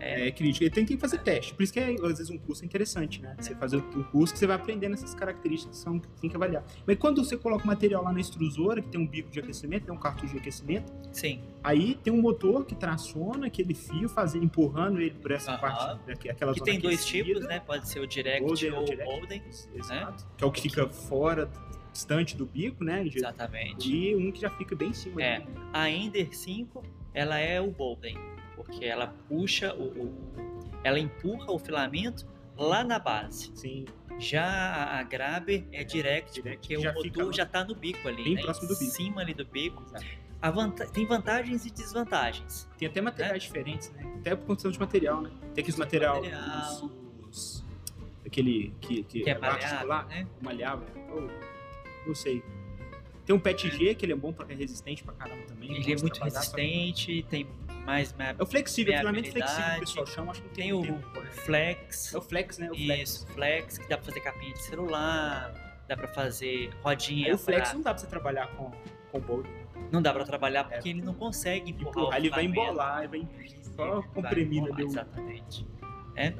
Speaker 2: É crítico. Ele tem que fazer teste. Por isso que é, às vezes um curso é interessante, né? Você fazer o curso que você vai aprendendo essas características que são que tem que avaliar. Mas quando você coloca o material lá na extrusora, que tem um bico de aquecimento, tem um cartucho de aquecimento,
Speaker 1: Sim,
Speaker 2: aí tem um motor que traciona aquele fio, faz, empurrando ele por essa
Speaker 1: Aham.
Speaker 2: parte, daqui- aquela
Speaker 1: que
Speaker 2: zona
Speaker 1: tem dois
Speaker 2: aquecida.
Speaker 1: tipos, né? Pode ser o direct
Speaker 2: Golden ou
Speaker 1: ou o
Speaker 2: direct. Tipo.
Speaker 1: golden.
Speaker 2: Exato. Que é o que fica fora, distante do bico, né? em geral.
Speaker 1: Exatamente.
Speaker 2: E um que já fica bem em cima.
Speaker 1: É.
Speaker 2: ali.
Speaker 1: A Ender 5, ela é o golden, porque ela puxa, o, o- ela empurra o filamento lá na base.
Speaker 2: Sim,
Speaker 1: Já a- a Graber é direct,
Speaker 2: Direct,
Speaker 1: porque
Speaker 2: já
Speaker 1: o
Speaker 2: fica
Speaker 1: motor
Speaker 2: lá.
Speaker 1: já está no bico ali,
Speaker 2: Bem
Speaker 1: né?
Speaker 2: próximo do
Speaker 1: Em
Speaker 2: bico.
Speaker 1: cima ali do bico.
Speaker 2: Exato.
Speaker 1: A vanta- Tem vantagens e desvantagens.
Speaker 2: Tem até materiais
Speaker 1: É.
Speaker 2: diferentes, né? Até por condição de material, né? Tem aqueles material,
Speaker 1: Material.
Speaker 2: Os, os- aquele que, que,
Speaker 1: Que é
Speaker 2: lá, lá,
Speaker 1: malhado, né?
Speaker 2: malhável, ou- não sei. Tem um PET G, que ele é bom pra, é resistente pra caramba também.
Speaker 1: Ele é
Speaker 2: gosto
Speaker 1: muito
Speaker 2: de trabalhar, só-
Speaker 1: resistente, tem mais map,
Speaker 2: É o flexível, é o filamento
Speaker 1: Maleabilidade.
Speaker 2: flexível que o pessoal chama, acho que não tem,
Speaker 1: tem o
Speaker 2: um termo, né?
Speaker 1: flex,
Speaker 2: É o flex, né? O flex.
Speaker 1: isso, flex, que dá pra fazer capinha de celular, dá pra fazer rodinha.
Speaker 2: Aí o flex
Speaker 1: pra-
Speaker 2: não dá pra você trabalhar com, com o bolt.
Speaker 1: não dá pra trabalhar porque ele não consegue empurrar.
Speaker 2: Empurrar,
Speaker 1: o
Speaker 2: É.
Speaker 1: tá
Speaker 2: ele vai
Speaker 1: filamento.
Speaker 2: embolar, ele vai só
Speaker 1: Vai
Speaker 2: comprimir
Speaker 1: embolar,
Speaker 2: ali o-
Speaker 1: Exatamente. É.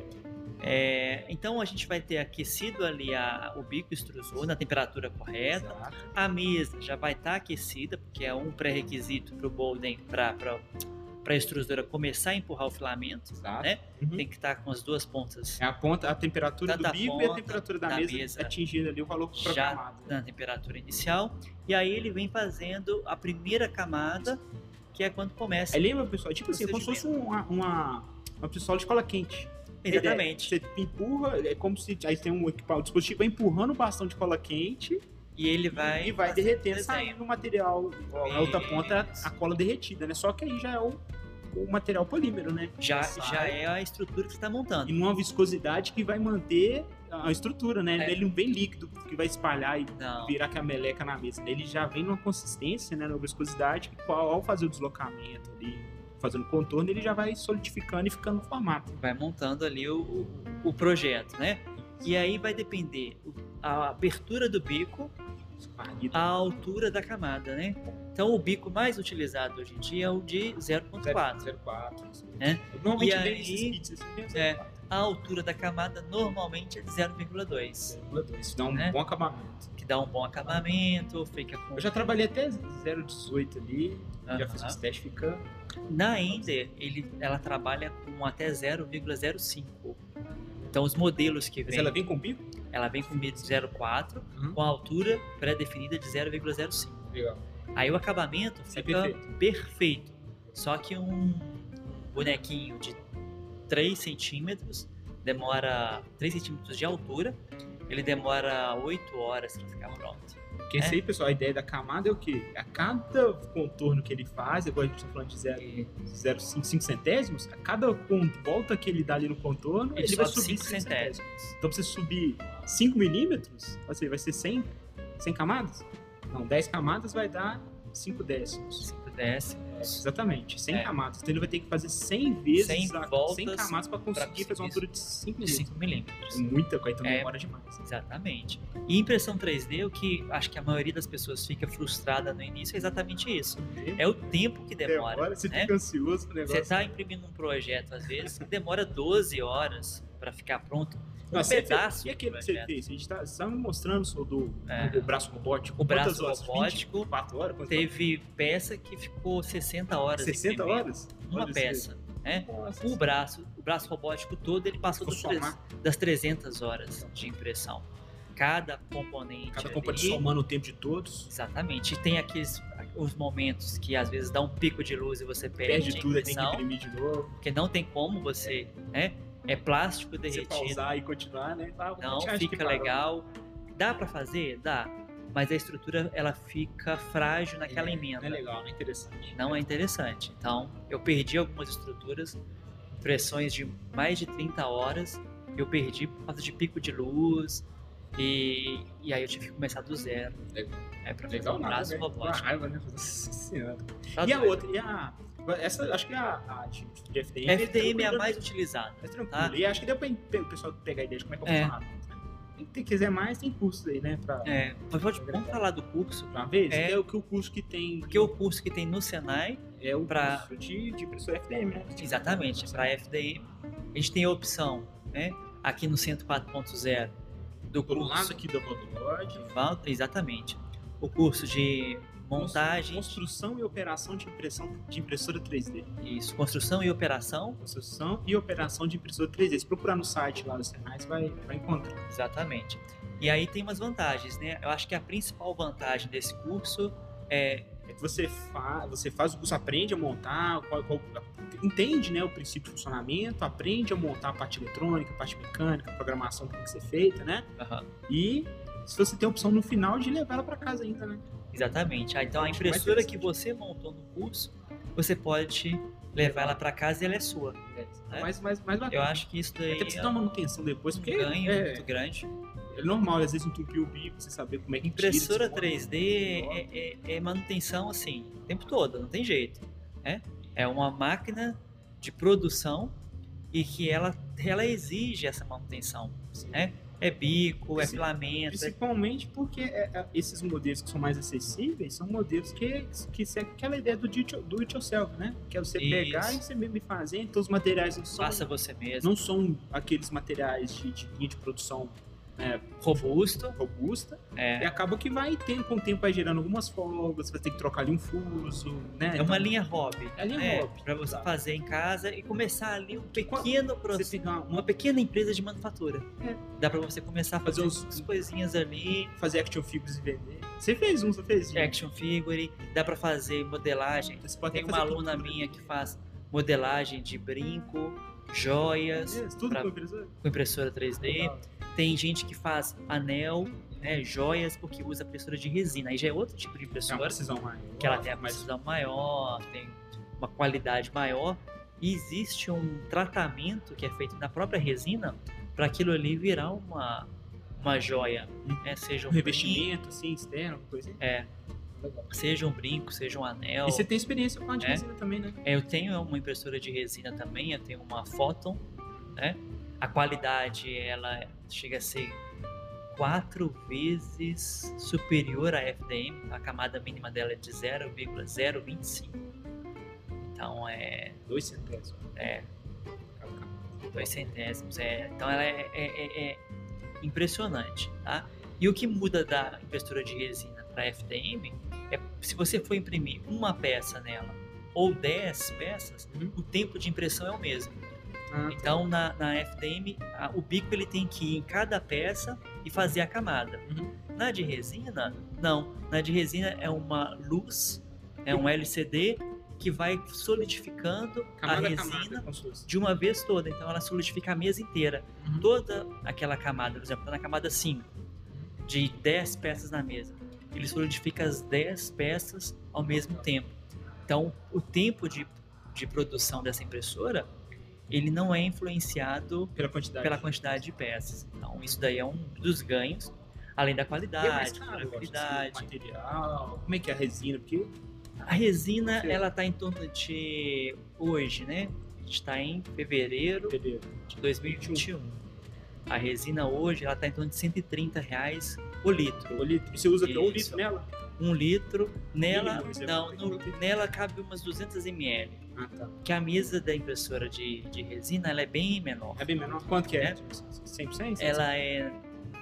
Speaker 1: É, então a gente vai ter aquecido ali a- o bico extrusor na temperatura correta.
Speaker 2: Exato.
Speaker 1: A mesa já vai estar aquecida, porque é um pré-requisito para o Bolden, para a extrusora começar a empurrar o filamento.
Speaker 2: Exato.
Speaker 1: Né?
Speaker 2: Uhum.
Speaker 1: Tem que estar com as duas pontas
Speaker 2: É a ponta, a temperatura
Speaker 1: Tanto a
Speaker 2: do bico e a
Speaker 1: ponta
Speaker 2: temperatura da,
Speaker 1: da
Speaker 2: mesa,
Speaker 1: mesa.
Speaker 2: atingindo ali o valor
Speaker 1: Já
Speaker 2: programado.
Speaker 1: na temperatura inicial. E aí ele vem fazendo a primeira camada, que é quando começa.
Speaker 2: Aí lembra, pessoal, tipo assim, como se fosse uma, uma, uma pistola de cola quente.
Speaker 1: Exatamente.
Speaker 2: Você empurra, é como se aí tem um equipa- um dispositivo vai empurrando o bastão de cola quente
Speaker 1: E ele vai.
Speaker 2: e vai
Speaker 1: fazendo
Speaker 2: derretendo,
Speaker 1: desenho.
Speaker 2: saindo o material. ó, Na outra ponta, a cola derretida, né? Só que aí já é o, o material polímero, né?
Speaker 1: Já,
Speaker 2: Sai.
Speaker 1: já é a estrutura que você está montando.
Speaker 2: E numa viscosidade que vai manter a estrutura, né?
Speaker 1: É.
Speaker 2: Ele não vem líquido, que vai espalhar e
Speaker 1: Não.
Speaker 2: virar que a meleca na mesa. Ele já vem numa consistência, né, numa viscosidade, que qual- ao fazer o deslocamento ali, fazendo contorno, ele já vai solidificando e ficando no formato.
Speaker 1: vai montando ali o, o, o projeto, né? E aí vai depender o- a abertura do bico,
Speaker 2: Esparrido.
Speaker 1: a altura da camada, né? Então o bico mais utilizado hoje em dia é o de 0.4.
Speaker 2: 04, assim.
Speaker 1: É.
Speaker 2: Normalmente
Speaker 1: E
Speaker 2: vem
Speaker 1: aí-
Speaker 2: esses kits assim, né,
Speaker 1: É.
Speaker 2: 04,
Speaker 1: A altura da camada normalmente é de 0,2,
Speaker 2: 0,2. Isso dá um
Speaker 1: Né?
Speaker 2: bom acabamento.
Speaker 1: que dá um bom acabamento, fica com...
Speaker 2: Eu já trabalhei até 0,18 ali, já
Speaker 1: Aham.
Speaker 2: fiz uns testes, fica
Speaker 1: Na Ender, ele, ela trabalha com até 0,05. Então os modelos que
Speaker 2: Mas
Speaker 1: vêm,
Speaker 2: ela
Speaker 1: ela...
Speaker 2: vem com bico?
Speaker 1: vem com medo de 0,4,
Speaker 2: Uhum.
Speaker 1: com a altura pré-definida de 0,05.
Speaker 2: Legal.
Speaker 1: Aí o acabamento
Speaker 2: Isso é
Speaker 1: fica perfeito. Só que um bonequinho de 3 centímetros demora 3 centímetros de altura, ele demora 8 horas para ficar pronto.
Speaker 2: Porque isso aí, pessoal, a ideia da camada é o quê? A cada contorno que ele faz, agora a gente tá falando de 0,5
Speaker 1: E
Speaker 2: 0,5 centésimos, a cada con- volta que ele dá ali no contorno, ele,
Speaker 1: ele
Speaker 2: vai
Speaker 1: sobe
Speaker 2: subir
Speaker 1: 5
Speaker 2: 5 centésimos.
Speaker 1: centésimos.
Speaker 2: Então, pra você subir 5 milímetros, vai ser- vai ser 100, 100 camadas? Não, 10 camadas vai dar 5 décimos.
Speaker 1: 5 décimos.
Speaker 2: Exatamente, 100
Speaker 1: É.
Speaker 2: camadas. Então, ele vai ter que fazer 100 vezes
Speaker 1: 100
Speaker 2: a-
Speaker 1: voltas
Speaker 2: 100 camadas para conseguir
Speaker 1: conseguir
Speaker 2: fazer uma altura de
Speaker 1: de
Speaker 2: 5 milímetros.
Speaker 1: 5 milímetros.
Speaker 2: É Muita coisa, então
Speaker 1: É.
Speaker 2: demora demais.
Speaker 1: Exatamente. E impressão 3D, o que acho que a maioria das pessoas fica frustrada no início é exatamente isso. É o tempo que demora.
Speaker 2: você
Speaker 1: né?
Speaker 2: fica ansioso com o
Speaker 1: Você
Speaker 2: negócio.
Speaker 1: está imprimindo um projeto, às vezes, que demora 12 horas para ficar pronto. Um
Speaker 2: Não, você fez-
Speaker 1: pedaço
Speaker 2: E
Speaker 1: do
Speaker 2: aquele que você
Speaker 1: projeto.
Speaker 2: fez? A gente tá, você tá me mostrando só do,
Speaker 1: É.
Speaker 2: do braço robótico.
Speaker 1: O braço
Speaker 2: Quantas horas?
Speaker 1: robótico
Speaker 2: 24 horas? Quantas
Speaker 1: Teve peça que ficou 60 horas.
Speaker 2: 60
Speaker 1: imprimida,
Speaker 2: horas?
Speaker 1: Uma
Speaker 2: Olha isso aí.
Speaker 1: peça. Né?
Speaker 2: Nossa,
Speaker 1: O braço, o braço robótico todo, ele passou
Speaker 2: Vou
Speaker 1: dos três-
Speaker 2: somar
Speaker 1: das 300 horas de impressão. Cada componente.
Speaker 2: cada
Speaker 1: ali-
Speaker 2: componente somando o tempo de todos.
Speaker 1: Exatamente. E tem aqueles os momentos que às vezes dá um pico de luz e você perde,
Speaker 2: Perde
Speaker 1: a
Speaker 2: tudo, é aí tem que
Speaker 1: impressão,
Speaker 2: imprimir de novo.
Speaker 1: porque não tem como você, né? É plástico
Speaker 2: Você
Speaker 1: derretido.
Speaker 2: pausar e continuar, né? Ah,
Speaker 1: Não,
Speaker 2: acho que
Speaker 1: fica
Speaker 2: parou.
Speaker 1: legal. Dá pra fazer? Dá. Mas a estrutura ela fica frágil naquela
Speaker 2: É,
Speaker 1: emenda.
Speaker 2: Não é legal, não é interessante.
Speaker 1: Não é interessante. Então, eu perdi algumas estruturas, impressões de mais de 30 horas, eu perdi por causa de pico de luz. E, e aí eu tive que começar do zero.
Speaker 3: Legal.
Speaker 1: É pra fazer
Speaker 3: Legal
Speaker 1: um
Speaker 3: nada,
Speaker 1: braço
Speaker 3: velho. Uma
Speaker 1: robótico.
Speaker 3: raiva, né? Nossa senhora.
Speaker 1: Tá
Speaker 2: e a
Speaker 1: doido.
Speaker 2: outra, e a. Essa acho que é a, a de, de FDM. é
Speaker 1: FDM é a
Speaker 2: tranquila,
Speaker 1: mais utilizada.
Speaker 2: É tranquilo.
Speaker 1: tá?
Speaker 2: E acho que deu pra pe- o pessoal pegar a ideia de como é que
Speaker 1: É.
Speaker 2: funciona. Né? Quem quiser mais, tem cursos aí, né? Pra,
Speaker 1: É, mas pode, vamos falar do curso,
Speaker 2: pra uma vez.
Speaker 1: É.
Speaker 2: É. o que o curso que tem
Speaker 1: porque o curso que tem no Senai,
Speaker 2: é o
Speaker 1: pra-
Speaker 2: curso de, de professor FDM, né?
Speaker 1: exatamente, é para FDM, a gente tem a opção, né, aqui no 104.0 do
Speaker 3: Por um
Speaker 1: curso,
Speaker 3: lado aqui da Vodolog.
Speaker 1: Falta- exatamente, o curso de montagem,
Speaker 2: Construção e operação de impressão de impressora 3D.
Speaker 1: isso, construção e operação,
Speaker 2: Construção e operação de impressora 3D. Se procurar no site lá do Senai, você vai, vai encontrar.
Speaker 1: exatamente. E aí tem umas vantagens, né? Eu acho que a principal vantagem desse curso é
Speaker 2: É que você, fa você faz o curso, aprende a montar, qual- qual- entende né, o princípio de funcionamento, aprende a montar a parte eletrônica, a parte mecânica, a programação que tem que ser feita, né?
Speaker 1: aham,
Speaker 2: E se você tem a opção no final de levar ela pra casa ainda, né?
Speaker 1: exatamente. Ah, então a
Speaker 2: Acho mais
Speaker 1: impressora que
Speaker 2: interessante.
Speaker 1: você montou no curso, você pode levar ela para casa e ela é sua.
Speaker 2: É. Mais, mais, mais bacana.
Speaker 1: Eu acho que isso daí
Speaker 2: Até precisa
Speaker 1: é
Speaker 2: dar uma manutenção depois,
Speaker 1: um
Speaker 2: porque
Speaker 1: ganho
Speaker 2: é,
Speaker 1: muito grande.
Speaker 2: é normal, às vezes entupir o bico, você saber como é que tira,
Speaker 1: Impressora
Speaker 2: desmonta,
Speaker 1: 3D
Speaker 2: desmonta.
Speaker 1: é, é- é manutenção assim, o tempo todo, não tem jeito. Né? É uma máquina de produção e que ela, ela exige essa manutenção.
Speaker 2: Sim.
Speaker 1: né? É bico, é
Speaker 2: Sim.
Speaker 1: filamento, é-
Speaker 2: Principalmente porque é, é, esses modelos que são mais acessíveis são modelos que, que seguem aquela ideia do do it, do it yourself, né? Que é você
Speaker 1: Isso.
Speaker 2: pegar e você mesmo ir fazer, então os materiais não são,
Speaker 1: faça você mesmo,
Speaker 2: não são aqueles materiais de, de linha de produção
Speaker 1: robusto.
Speaker 2: robusta, e
Speaker 1: É,
Speaker 2: acaba que vai ter, com o tempo vai gerando algumas folgas, vai ter que trocar ali um fuso, né?
Speaker 1: é uma linha hobby.
Speaker 2: É linha
Speaker 1: né?
Speaker 2: hobby,
Speaker 1: Pra você
Speaker 2: exato.
Speaker 1: fazer em casa e começar ali um
Speaker 2: quando
Speaker 1: pequeno
Speaker 2: você
Speaker 1: processo.
Speaker 2: pegar uma
Speaker 1: Uma pequena empresa de manufatura.
Speaker 2: É.
Speaker 1: Dá pra você começar a fazer
Speaker 2: Fazer
Speaker 1: umas
Speaker 2: uns-
Speaker 1: coisinhas ali,
Speaker 2: fazer action figures e vender. Você fez um, você fez um.
Speaker 1: de action figure, dá pra fazer modelagem.
Speaker 2: Você pode
Speaker 1: Tem
Speaker 2: até
Speaker 1: uma
Speaker 2: fazer
Speaker 1: aluna
Speaker 2: pintura.
Speaker 1: minha que faz modelagem de brinco, joias
Speaker 2: Isso, tudo
Speaker 1: pra-
Speaker 2: com impressora.
Speaker 1: com impressora 3D.
Speaker 2: É. Legal.
Speaker 1: Tem gente que faz anel, né, joias, porque usa impressora de resina. Aí já é outro tipo de
Speaker 2: É uma
Speaker 1: impressora,
Speaker 2: precisão maior.
Speaker 1: que ela tem a
Speaker 2: mas-
Speaker 1: precisão maior, tem uma qualidade maior. E existe um tratamento que é feito na própria resina para aquilo ali virar uma, uma joia, né? Seja um
Speaker 2: um revestimento assim, externo, alguma coisa assim.
Speaker 1: brinco, é,
Speaker 2: Legal.
Speaker 1: seja um brinco, seja um anel.
Speaker 2: E você tem experiência com a de
Speaker 1: É.
Speaker 2: resina também, né?
Speaker 1: É, Eu tenho uma impressora de resina também, eu tenho uma Photon, né? A qualidade ela chega a ser quatro vezes superior à FDM, a camada mínima dela é de 0,025. Então é
Speaker 2: Dois centésimos.
Speaker 1: É.
Speaker 2: Calma, calma.
Speaker 1: dois centésimos, é, então ela é, é- é- é impressionante, tá? E o que muda da impressora de resina para FDM é se você for imprimir uma peça nela ou 10 peças,
Speaker 2: Uhum.
Speaker 1: o tempo de impressão é o mesmo.
Speaker 2: Ah,
Speaker 1: Então, na, na FDM, a- o bico ele tem que ir em cada peça e fazer a camada.
Speaker 2: Uhum.
Speaker 1: Na de resina, não. Na de resina é uma luz, é um LCD que vai solidificando
Speaker 2: camada
Speaker 1: a
Speaker 2: a
Speaker 1: resina
Speaker 2: camada, como se fosse.
Speaker 1: de uma vez toda. Então, ela solidifica a mesa inteira.
Speaker 2: Uhum.
Speaker 1: Toda aquela camada, por exemplo, tá na camada 5, de 10 peças na mesa. Ele solidifica as 10 peças ao mesmo tempo. Então, o tempo de, de produção dessa impressora, ele não é influenciado
Speaker 2: Pela quantidade.
Speaker 1: pela quantidade de peças. Então, isso daí é um dos ganhos, além da
Speaker 2: E é mais
Speaker 1: qualidade,
Speaker 2: caro, eu acho, assim, o
Speaker 1: durabilidade.
Speaker 2: material. Como é que é a resina? Porque
Speaker 1: A resina,
Speaker 2: Sim.
Speaker 1: ela tá em torno de hoje, né? A gente está em fevereiro
Speaker 2: entendeu?
Speaker 1: de 2021. A resina hoje, ela tá em torno de 130 reais o litro.
Speaker 2: O litro. E Você usa até um
Speaker 1: Isso.
Speaker 2: litro nela?
Speaker 1: Um litro, nela,
Speaker 2: Mínimo, isso é
Speaker 1: não,
Speaker 2: muito.
Speaker 1: no- nela cabe umas 200 ml.
Speaker 2: Ah, tá.
Speaker 1: Que a mesa da impressora de, de resina, ela é bem menor.
Speaker 2: É bem menor. Quanto que é?
Speaker 1: É.
Speaker 2: 100%?
Speaker 1: Ela é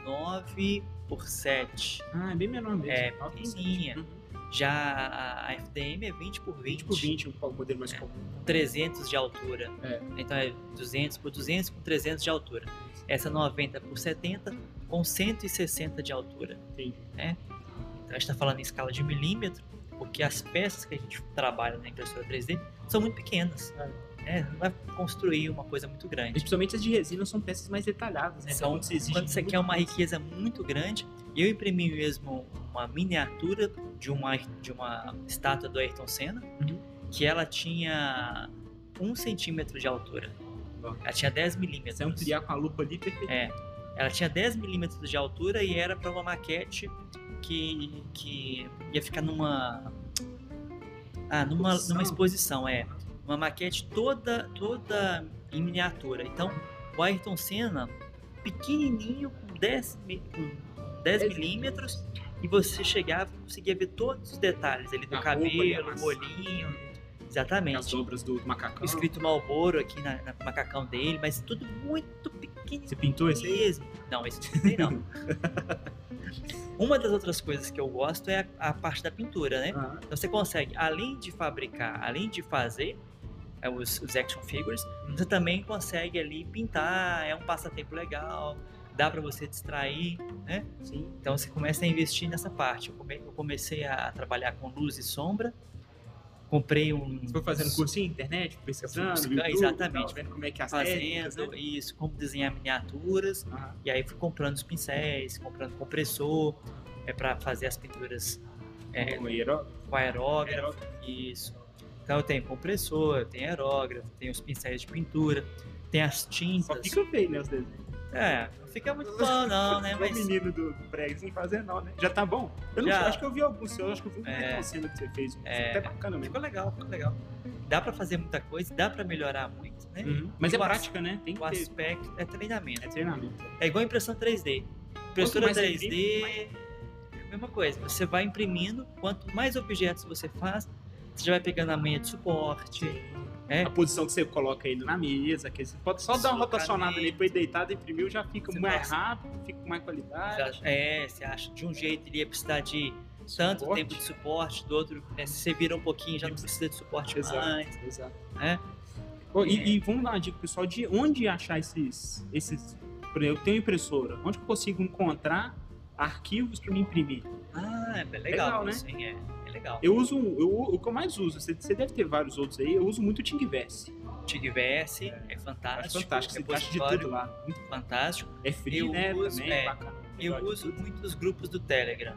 Speaker 1: 9 por 7.
Speaker 2: Ah, é bem menor mesmo.
Speaker 1: É,
Speaker 2: Nove por cento.
Speaker 1: pequenininha.
Speaker 2: Uhum.
Speaker 1: Já a- a FDM é 20 por 20,
Speaker 2: 20 por 20, um modelo
Speaker 1: É.
Speaker 2: mais comum.
Speaker 1: 300 de altura.
Speaker 2: É.
Speaker 1: Então é 200 por 200 com 300 de altura. Essa 90 por 70 com 160 de altura.
Speaker 2: Entendi.
Speaker 1: Então a gente está falando em escala de milímetro, porque as peças que a gente trabalha na impressora 3D são muito pequenas.
Speaker 2: É.
Speaker 1: né? Não vai construir uma coisa muito
Speaker 2: E
Speaker 1: grande.
Speaker 2: principalmente as de resina são peças mais detalhadas, né?
Speaker 1: São-
Speaker 2: quando você exige
Speaker 1: Quando você
Speaker 2: muito,
Speaker 1: quer uma riqueza muito grande, eu imprimi mesmo uma miniatura de uma, de uma estátua do Ayrton Senna,
Speaker 2: Uhum.
Speaker 1: que ela tinha um centímetro de altura. Ela tinha 10 milímetros.
Speaker 2: Você ampliar com a lupa ali, perfeito.
Speaker 1: É. Ela tinha 10 milímetros de altura e era para uma maquete que, que ia ficar numa. Ah, numa,
Speaker 2: Exposição.
Speaker 1: numa exposição, é. Uma maquete toda, toda em miniatura. Então, o Ayrton Senna, pequenininho, com 10, mi- com 10 milímetros, e você chegava e conseguia ver todos os detalhes ali do
Speaker 2: A roupa ali
Speaker 1: cabelo, o
Speaker 2: amassada.
Speaker 1: olhinho.
Speaker 2: As
Speaker 1: Exatamente.
Speaker 2: dobras do macacão.
Speaker 1: Escrito Malboro aqui na, na macacão dele, mas tudo muito pequenininho
Speaker 2: Você pintou esse aí?
Speaker 1: mesmo. é Não, esse não tem não. Uma das outras coisas que eu gosto é a, a parte da pintura, né?
Speaker 2: Ah,
Speaker 1: Então você consegue, além de fabricar, além de fazer é, os, os action figures, você também consegue ali pintar, é um passatempo legal, dá pra você distrair, né?
Speaker 2: sim.
Speaker 1: Então você começa a investir nessa parte. Eu, come- eu comecei a trabalhar com luz e sombra, comprei um...
Speaker 2: Você foi fazendo cursinho na internet,
Speaker 1: Fui
Speaker 2: pesquisando,
Speaker 1: buscar,
Speaker 2: YouTube, e tal,
Speaker 1: exatamente.
Speaker 2: vendo como é que é as técnicas,
Speaker 1: Fazendo
Speaker 2: né? Ah,
Speaker 1: isso, como desenhar miniaturas,
Speaker 2: Aham.
Speaker 1: E aí fui comprando os pincéis, comprando compressor, é para fazer as pinturas É.
Speaker 2: Com aeró-
Speaker 1: com aerógrafo,
Speaker 2: aerógrafo.
Speaker 1: isso. Então eu tenho compressor, eu tenho aerógrafo, tenho os pincéis de pintura, tenho as
Speaker 2: Só
Speaker 1: tintas.
Speaker 2: fica feio, né, os desenhos.
Speaker 1: É, não fica muito bom não, né?
Speaker 2: O
Speaker 1: Mas
Speaker 2: menino do, do preguinho fazer não, né? Já tá bom? Eu não
Speaker 1: Já.
Speaker 2: sei, acho que eu vi alguns seus, acho que eu vi um
Speaker 1: É.
Speaker 2: é. cena que você fez. um
Speaker 1: É.
Speaker 2: Até bacana mesmo.
Speaker 1: ficou legal, ficou legal. Dá para fazer muita coisa, dá para melhorar muito, né?
Speaker 2: Uhum. Mas é
Speaker 1: O as-
Speaker 2: prática, né? Tem
Speaker 1: O
Speaker 2: que ter.
Speaker 1: aspecto é treinamento.
Speaker 2: É treinamento.
Speaker 1: É igual impressão 3D. Impressora
Speaker 2: mais
Speaker 1: 3D,
Speaker 2: regride,
Speaker 1: é a mesma coisa. Você vai imprimindo, quanto mais objetos você faz, você já vai pegando a manha de suporte. É.
Speaker 2: A posição que você coloca ele na mesa, que você pode só dar uma
Speaker 1: Deslocamento.
Speaker 2: rotacionada ali, depois deitado, imprimiu, já fica
Speaker 1: Você
Speaker 2: mais
Speaker 1: passa.
Speaker 2: rápido, fica com mais qualidade.
Speaker 1: Você acha- é, você acha de um jeito ele ia precisar de tanto
Speaker 2: Suporte.
Speaker 1: tempo de suporte, do outro, né, se você vira um pouquinho, já não precisa de suporte
Speaker 2: Exato.
Speaker 1: mais.
Speaker 2: Exato.
Speaker 1: É.
Speaker 2: Ô, e-
Speaker 1: É.
Speaker 2: E, vamos dar uma dica, pessoal, de onde achar esses. esses por exemplo, eu tenho impressora. Onde que eu consigo encontrar arquivos para me imprimir?
Speaker 1: Ah, é legal,
Speaker 2: Legal, né?
Speaker 1: assim, é, é legal.
Speaker 2: Eu uso. um- Eu, o que eu mais uso, você, você deve ter vários outros aí, eu uso muito o Thingiverse.
Speaker 1: Tiguverse é fantástico,
Speaker 2: Acho fantástico,
Speaker 1: é
Speaker 2: você acha de
Speaker 1: repositório
Speaker 2: tudo lá. Muito-
Speaker 1: fantástico.
Speaker 2: É free,
Speaker 1: Eu
Speaker 2: né?
Speaker 1: uso,
Speaker 2: também, é
Speaker 1: é,
Speaker 2: bacana.
Speaker 1: Eu
Speaker 2: Legal de
Speaker 1: uso
Speaker 2: tudo.
Speaker 1: muito os grupos do Telegram.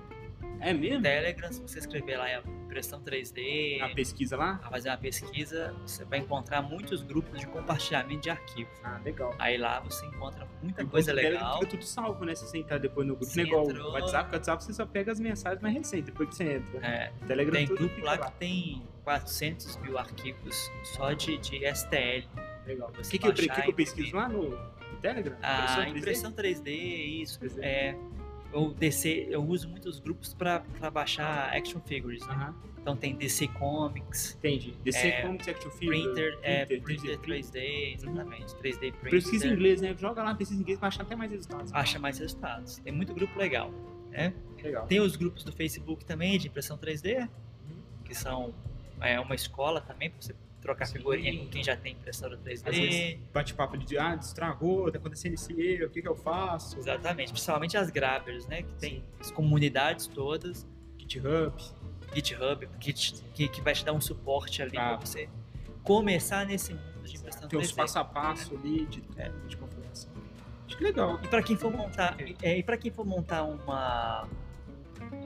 Speaker 2: É mesmo?
Speaker 1: Telegram, se você escrever lá é impressão 3D,
Speaker 2: A pesquisa lá?
Speaker 1: a fazer uma pesquisa, você vai encontrar muitos grupos de compartilhamento de arquivo.
Speaker 2: Ah, legal.
Speaker 1: Aí lá você encontra muita
Speaker 2: E
Speaker 1: coisa
Speaker 2: você pega-
Speaker 1: legal.
Speaker 2: Fica tudo salvo, né? Se você entrar depois no grupo.
Speaker 1: Você
Speaker 2: Não é igual
Speaker 1: entrou.
Speaker 2: o WhatsApp, o WhatsApp você só pega as mensagens mais recentes, depois que você entra.
Speaker 1: É,
Speaker 2: Telegram
Speaker 1: tem
Speaker 2: tudo
Speaker 1: grupo
Speaker 2: fica
Speaker 1: lá que tem 400 mil arquivos só de, de STL.
Speaker 2: Legal. O
Speaker 1: Você
Speaker 2: que, que, eu, pre-
Speaker 1: baixar
Speaker 2: que que eu
Speaker 1: e
Speaker 2: pesquiso
Speaker 1: imprimir.
Speaker 2: lá no Telegram?
Speaker 1: A
Speaker 2: 3D?
Speaker 1: impressão 3D, isso.
Speaker 2: 3D.
Speaker 1: É, eu, DC, eu uso muitos grupos para baixar action figures. né?
Speaker 2: Aham,
Speaker 1: Então tem DC Comics,
Speaker 2: entendi. DC
Speaker 1: É,
Speaker 2: Comics Action Figure.
Speaker 1: Printer, é,
Speaker 2: printer,
Speaker 1: printer
Speaker 2: printer.
Speaker 1: 3D, exatamente. 3D Printer.
Speaker 2: Pesquisa em inglês, né? Joga lá, pesquisa em inglês pra achar até mais resultados.
Speaker 1: Acha mais resultados. Tem muito grupo legal.
Speaker 2: legal.
Speaker 1: Tem os grupos do Facebook também de impressão 3D, que são é, uma escola também, pra você trocar
Speaker 2: Uhum. Sim.
Speaker 1: figurinha com quem já tem impressora 3D.
Speaker 2: Às vezes bate-papo de ah, estragou, tá acontecendo esse erro, o que, que eu faço?
Speaker 1: Exatamente, principalmente as grabbers, né? Que tem as comunidades todas,
Speaker 2: GitHub.
Speaker 1: Então, GitHub, que, te- que, que vai te dar um suporte ali
Speaker 2: Ah.
Speaker 1: pra você começar nesse mundo de impressão
Speaker 2: Tem
Speaker 1: 3D.
Speaker 2: os passo a passo ali de, é, de configuração. Acho que legal.
Speaker 1: E para quem for montar, é, e para quem for montar uma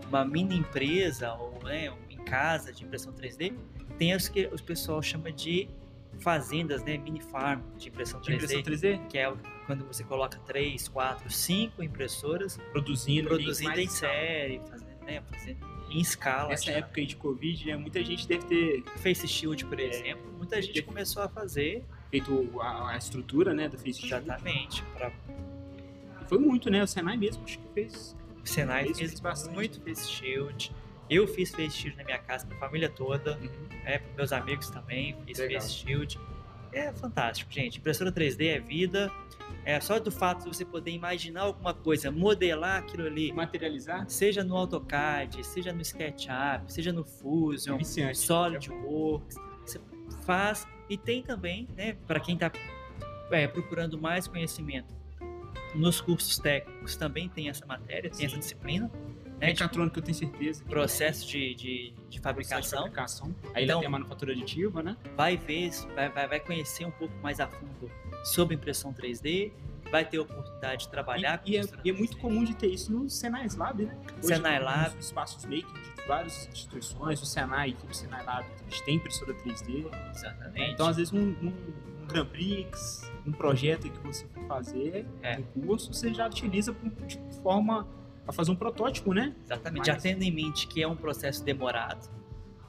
Speaker 1: uma mini empresa ou né, um- em casa de impressão 3D, tem os que o pessoal chama de fazendas, né, mini farm de impressão 3D,
Speaker 2: De impressão 3D?
Speaker 1: que é o- quando você coloca três, quatro, cinco impressoras
Speaker 2: Produzindo.
Speaker 1: produzindo
Speaker 2: mais
Speaker 1: em série, fazendo, né, fazendo em escala.
Speaker 2: Nessa
Speaker 1: já.
Speaker 2: época aí de Covid, né, muita gente deve ter
Speaker 1: Face Shield, por
Speaker 2: É.
Speaker 1: exemplo, muita gente começou a fazer
Speaker 2: feito a, a estrutura né, do Face Shield.
Speaker 1: exatamente para Uhum.
Speaker 2: E Foi muito, né? O Senai mesmo acho que fez.
Speaker 1: O Senai
Speaker 2: Isso,
Speaker 1: fez
Speaker 2: fiz bastante.
Speaker 1: muito Face Shield. Eu fiz Face Shield na minha casa, pra família toda, né? pros meus amigos também, fiz
Speaker 2: Legal.
Speaker 1: Face Shield. É fantástico, gente. Impressora 3D é vida. É só do fato de você poder imaginar alguma coisa, modelar aquilo ali,
Speaker 2: Materializar.
Speaker 1: seja no AutoCAD, seja no SketchUp, seja no Fusion,
Speaker 2: Viciante. né?
Speaker 1: SolidWorks, você faz e tem também, né, para quem está procurando mais conhecimento, nos cursos técnicos também tem essa matéria, tem essa
Speaker 2: Sim.
Speaker 1: disciplina, né, de
Speaker 2: Mecatrônica, É eu tenho certeza. que-
Speaker 1: processo de, de, de
Speaker 2: Processo de
Speaker 1: fabricação,
Speaker 2: fabricação. Aí
Speaker 1: Então-
Speaker 2: ela tem a manufatura aditiva, né?
Speaker 1: vai ver, isso, vai, vai, vai conhecer um pouco mais a fundo sobre impressão 3D, vai ter a oportunidade de trabalhar
Speaker 2: e, e é,
Speaker 1: impressora
Speaker 2: e é muito
Speaker 1: 3D.
Speaker 2: comum de ter isso no Senai Lab, né? Hoje,
Speaker 1: Senai
Speaker 2: tem
Speaker 1: Lab.
Speaker 2: uns Espaços maker de várias instituições, o Senai, o Senai Lab, a gente tem impressora 3D.
Speaker 1: Exatamente.
Speaker 2: Então, às Então, vezes, um, um- um Grand Prix, um projeto que você for fazer,
Speaker 1: É.
Speaker 2: um curso, você já utiliza de forma a fazer um protótipo, né?
Speaker 1: Exatamente.
Speaker 2: Mas-
Speaker 1: Já tendo em mente que é um processo demorado,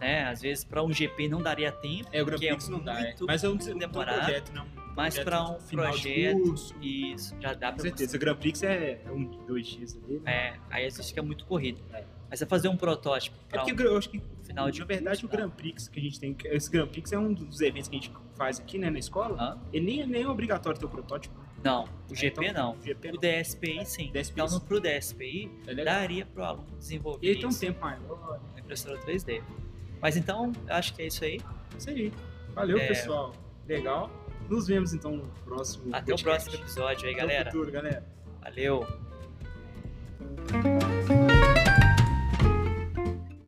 Speaker 1: né? Às vezes para um GP não daria tempo,
Speaker 2: É, o Grand
Speaker 1: Que é
Speaker 2: Prix não dá, é.
Speaker 1: muito
Speaker 2: mas é um, um
Speaker 1: demorado,
Speaker 2: projeto, né? Um
Speaker 1: mas
Speaker 2: projeto
Speaker 1: pra um
Speaker 2: final de
Speaker 1: projeto, um
Speaker 2: curso.
Speaker 1: e isso já dá
Speaker 2: Com
Speaker 1: para você.
Speaker 2: certeza, o Grand Prix é, é um 2x ali. né?
Speaker 1: É, aí às vezes fica muito corrido.
Speaker 2: É.
Speaker 1: Mas é fazer um protótipo
Speaker 2: É
Speaker 1: para
Speaker 2: porque eu acho que,
Speaker 1: um final de
Speaker 2: na verdade, o
Speaker 1: curso,
Speaker 2: Grand Prix que a gente tem, esse Grand Prix é um dos eventos que a gente faz aqui, né, na escola,
Speaker 1: tá? Hã?
Speaker 2: ele nem, nem é obrigatório ter o protótipo. né?
Speaker 1: Não, o GP
Speaker 2: Então, É,
Speaker 1: não.
Speaker 2: O GP
Speaker 1: O
Speaker 2: não.
Speaker 1: DSPI sim.
Speaker 2: DSPI
Speaker 1: então
Speaker 2: sim.
Speaker 1: no pro DSPI
Speaker 2: É legal.
Speaker 1: daria para o aluno desenvolver
Speaker 2: E ele tem um
Speaker 1: isso
Speaker 2: tempo maior.
Speaker 1: na impressora 3D. Mas então, eu acho que é isso aí.
Speaker 2: Isso aí. Valeu,
Speaker 1: É.
Speaker 2: pessoal. Legal. Nos vemos então no próximo.
Speaker 1: Até o
Speaker 2: podcast.
Speaker 1: próximo episódio aí,
Speaker 2: Até o
Speaker 1: galera.
Speaker 2: futuro, galera.
Speaker 1: Valeu!